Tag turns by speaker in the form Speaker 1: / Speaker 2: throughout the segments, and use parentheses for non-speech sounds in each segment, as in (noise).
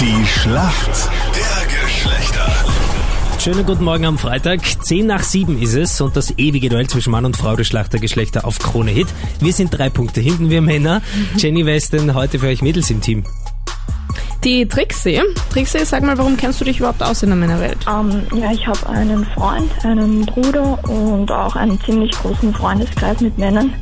Speaker 1: Die Schlacht der Geschlechter.
Speaker 2: Schönen guten Morgen am Freitag. 10 nach 7 ist es und das ewige Duell zwischen Mann und Frau des Schlachtergeschlechter auf Krone Hit. Wir sind drei Punkte hinten, wir Männer. Jenny, wer ist denn heute für euch Mädels im Team?
Speaker 3: Die Trixie. Trixie, sag mal, warum kennst du dich überhaupt aus in der Männerwelt?
Speaker 4: Ähm, ja, ich habe einen Freund, einen Bruder und auch einen ziemlich großen Freundeskreis mit Männern.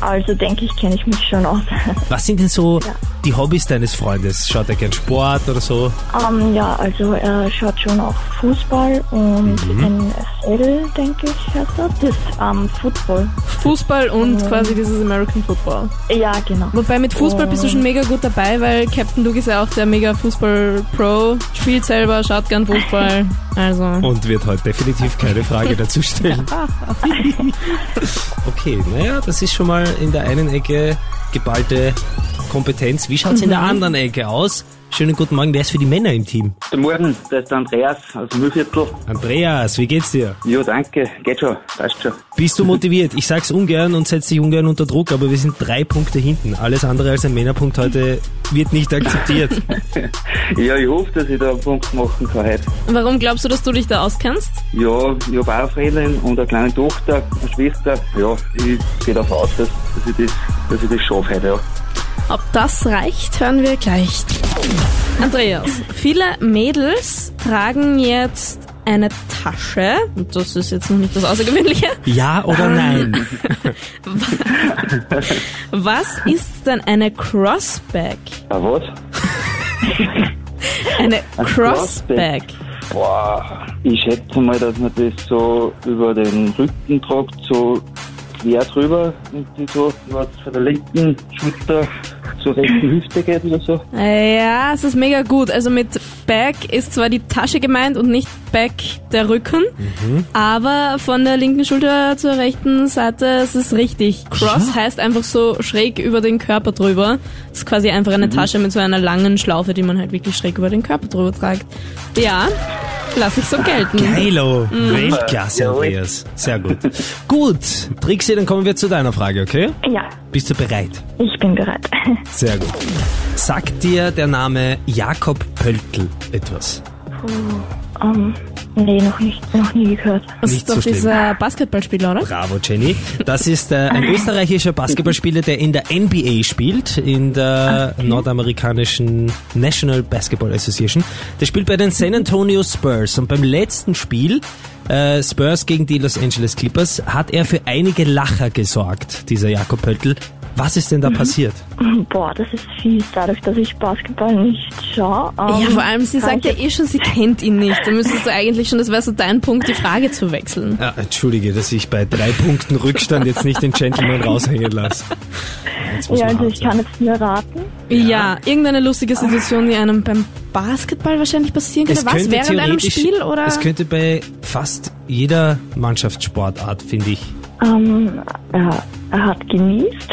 Speaker 4: Also denke ich, kenne ich mich schon aus. (laughs)
Speaker 2: Was sind denn so die Hobbys deines Freundes? Schaut er gern Sport oder so?
Speaker 4: ähm, ja, also er schaut schon auch Fußball und NFL, denke ich, heißt das. Das ist ähm, Football.
Speaker 3: Fußball und quasi dieses American Football.
Speaker 4: Ja, genau.
Speaker 3: Wobei mit Fußball bist du schon mega gut dabei, weil Captain Luke ist ja auch der mega Fußball-Pro, spielt selber, schaut gern Fußball. Also.
Speaker 2: Und wird heute definitiv keine Frage dazu stellen. (laughs) Okay, naja, das ist schon mal in der einen Ecke geballte Kompetenz. Wie schaut's in der anderen Ecke aus? Schönen guten Morgen, wer ist für die Männer im Team?
Speaker 5: Guten Morgen, das ist der Andreas aus dem Mühlviertel.
Speaker 2: Andreas, wie geht's dir?
Speaker 5: Ja, danke, geht schon, passt schon.
Speaker 2: Bist du motiviert? Ich sag's ungern und setz dich ungern unter Druck, aber wir sind drei Punkte hinten. Alles andere als ein Männerpunkt heute wird nicht akzeptiert.
Speaker 5: Ja, ich hoffe, dass ich da einen Punkt machen kann heute.
Speaker 3: Warum glaubst du, dass du dich da auskennst?
Speaker 5: Ja, ich habe auch eine Freundin und eine kleine Tochter, eine Schwester. Ja, ich gehe davon aus, dass, dass ich das, dass ich das schaffe heute, ja.
Speaker 3: Ob das reicht, hören wir gleich. Andreas, viele Mädels tragen jetzt eine Tasche, und das ist jetzt noch nicht das Außergewöhnliche. (laughs)
Speaker 2: Ja oder nein?
Speaker 3: Was ist denn eine Crossbag?
Speaker 5: Ah, was?
Speaker 3: Eine Crossbag.
Speaker 5: Crossbag. Boah, ich schätze mal, dass man das so über den Rücken tragt, so quer drüber, irgendwie so, was von der linken Schulter zur rechten Hüfte geht oder so.
Speaker 3: Ja, es ist mega gut. Also mit Bag ist zwar die Tasche gemeint und nicht Bag der Rücken,
Speaker 2: Mhm.
Speaker 3: aber von der linken Schulter zur rechten Seite es ist richtig. Cross heißt einfach so schräg über den Körper drüber. Es ist quasi einfach
Speaker 2: Mhm.
Speaker 3: eine Tasche mit so einer langen Schlaufe, die man halt wirklich schräg über den Körper drüber tragt. Ja, lass
Speaker 2: Ah,
Speaker 3: ich so gelten.
Speaker 2: Hello, Weltklasse, Andreas. Sehr gut. Gut, Trixie, dann kommen wir zu deiner Frage, okay?
Speaker 4: Ja,
Speaker 2: Bist du bereit?
Speaker 4: ich bin bereit. (laughs)
Speaker 2: Sehr gut. Sagt dir der Name Jakob Pöltl etwas?
Speaker 4: Ähm, nee, noch nicht, noch nie gehört.
Speaker 3: Das
Speaker 2: Nicht
Speaker 3: ist doch
Speaker 2: so schlimm.
Speaker 3: dieser Basketballspieler, oder?
Speaker 2: Bravo, Jenny. Das ist äh, ein österreichischer Basketballspieler, der in der NBA spielt, in der nordamerikanischen National Basketball Association. Der spielt bei den San Antonio Spurs und beim letzten Spiel äh, Spurs gegen die Los Angeles Clippers hat er für einige Lacher gesorgt, dieser Jakob Pöltl. Was ist denn
Speaker 4: Mhm.
Speaker 2: da passiert?
Speaker 4: Boah, das ist fies, dadurch, dass ich Basketball nicht schaue. ähm,
Speaker 3: Ja, vor allem, sie
Speaker 4: kann
Speaker 3: sagt
Speaker 4: ich
Speaker 3: ja eh schon, sie kennt ihn nicht. Da müsstest du eigentlich schon, das wäre so dein Punkt, die Frage zu wechseln.
Speaker 2: Ah, entschuldige, dass ich bei drei Punkten Rückstand jetzt nicht den Gentleman raushängen lasse. Jetzt muss
Speaker 4: Ja,
Speaker 2: man
Speaker 4: also
Speaker 2: hart
Speaker 4: ich
Speaker 2: sein.
Speaker 4: kann jetzt nur raten.
Speaker 3: Ja, irgendeine lustige Situation, die einem beim Basketball wahrscheinlich passieren könnte. Was, während einem
Speaker 2: theoretisch-
Speaker 3: Spiel oder?
Speaker 2: Es könnte bei fast jeder Mannschaftssportart, finde ich.
Speaker 4: Ähm, er, er hat genießt. (laughs)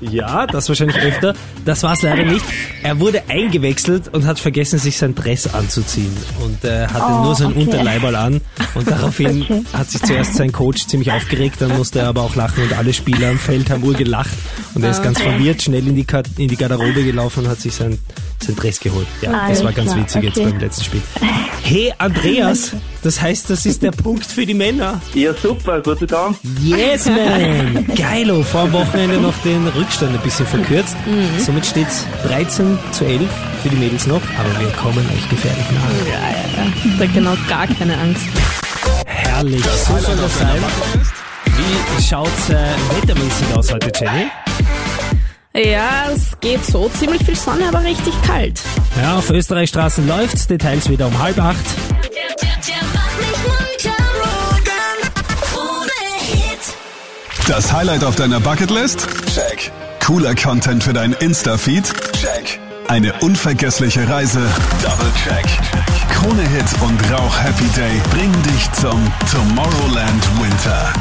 Speaker 2: Ja, das wahrscheinlich öfter. Das war es leider nicht. Er wurde eingewechselt und hat vergessen, sich sein Dress anzuziehen. Und äh, hatte
Speaker 4: Oh,
Speaker 2: nur sein
Speaker 4: okay.
Speaker 2: Unterleiberl an. Und daraufhin
Speaker 4: (laughs) Okay.
Speaker 2: hat sich zuerst sein Coach ziemlich aufgeregt, dann musste er aber auch lachen und alle Spieler am Feld haben urgelacht. Und er ist ganz verwirrt, schnell in die, Ka- in die Garderobe gelaufen und hat sich sein, sein Dress geholt. Ja, das
Speaker 4: Alles
Speaker 2: war ganz
Speaker 4: klar,
Speaker 2: witzig jetzt
Speaker 4: okay.
Speaker 2: beim letzten Spiel. Hey,
Speaker 4: (laughs)
Speaker 2: Andreas, das heißt, das ist der Punkt für die Männer.
Speaker 5: Ja, super, guten Dank.
Speaker 2: Yes, (laughs) man! Geilo! Vor dem Wochenende noch den Rückstand ein bisschen verkürzt. Somit steht's 13 zu 11 für die Mädels noch, aber wir kommen euch gefährlich nach.
Speaker 3: Da genau gar keine Angst.
Speaker 2: Herrlich! So soll das sein. Wie schaut's äh, wettermäßig aus heute, Jenny?
Speaker 3: Ja, es geht so. Ziemlich viel Sonne, aber richtig kalt.
Speaker 2: Ja, auf Österreichstraßen läuft's. Details wieder um halb acht.
Speaker 1: Das Highlight auf deiner Bucketlist? Check. Cooler Content für dein Insta-Feed? Check. Eine unvergessliche Reise? Double check. Krone Hit und Rauch Happy Day bringen dich zum Tomorrowland Winter.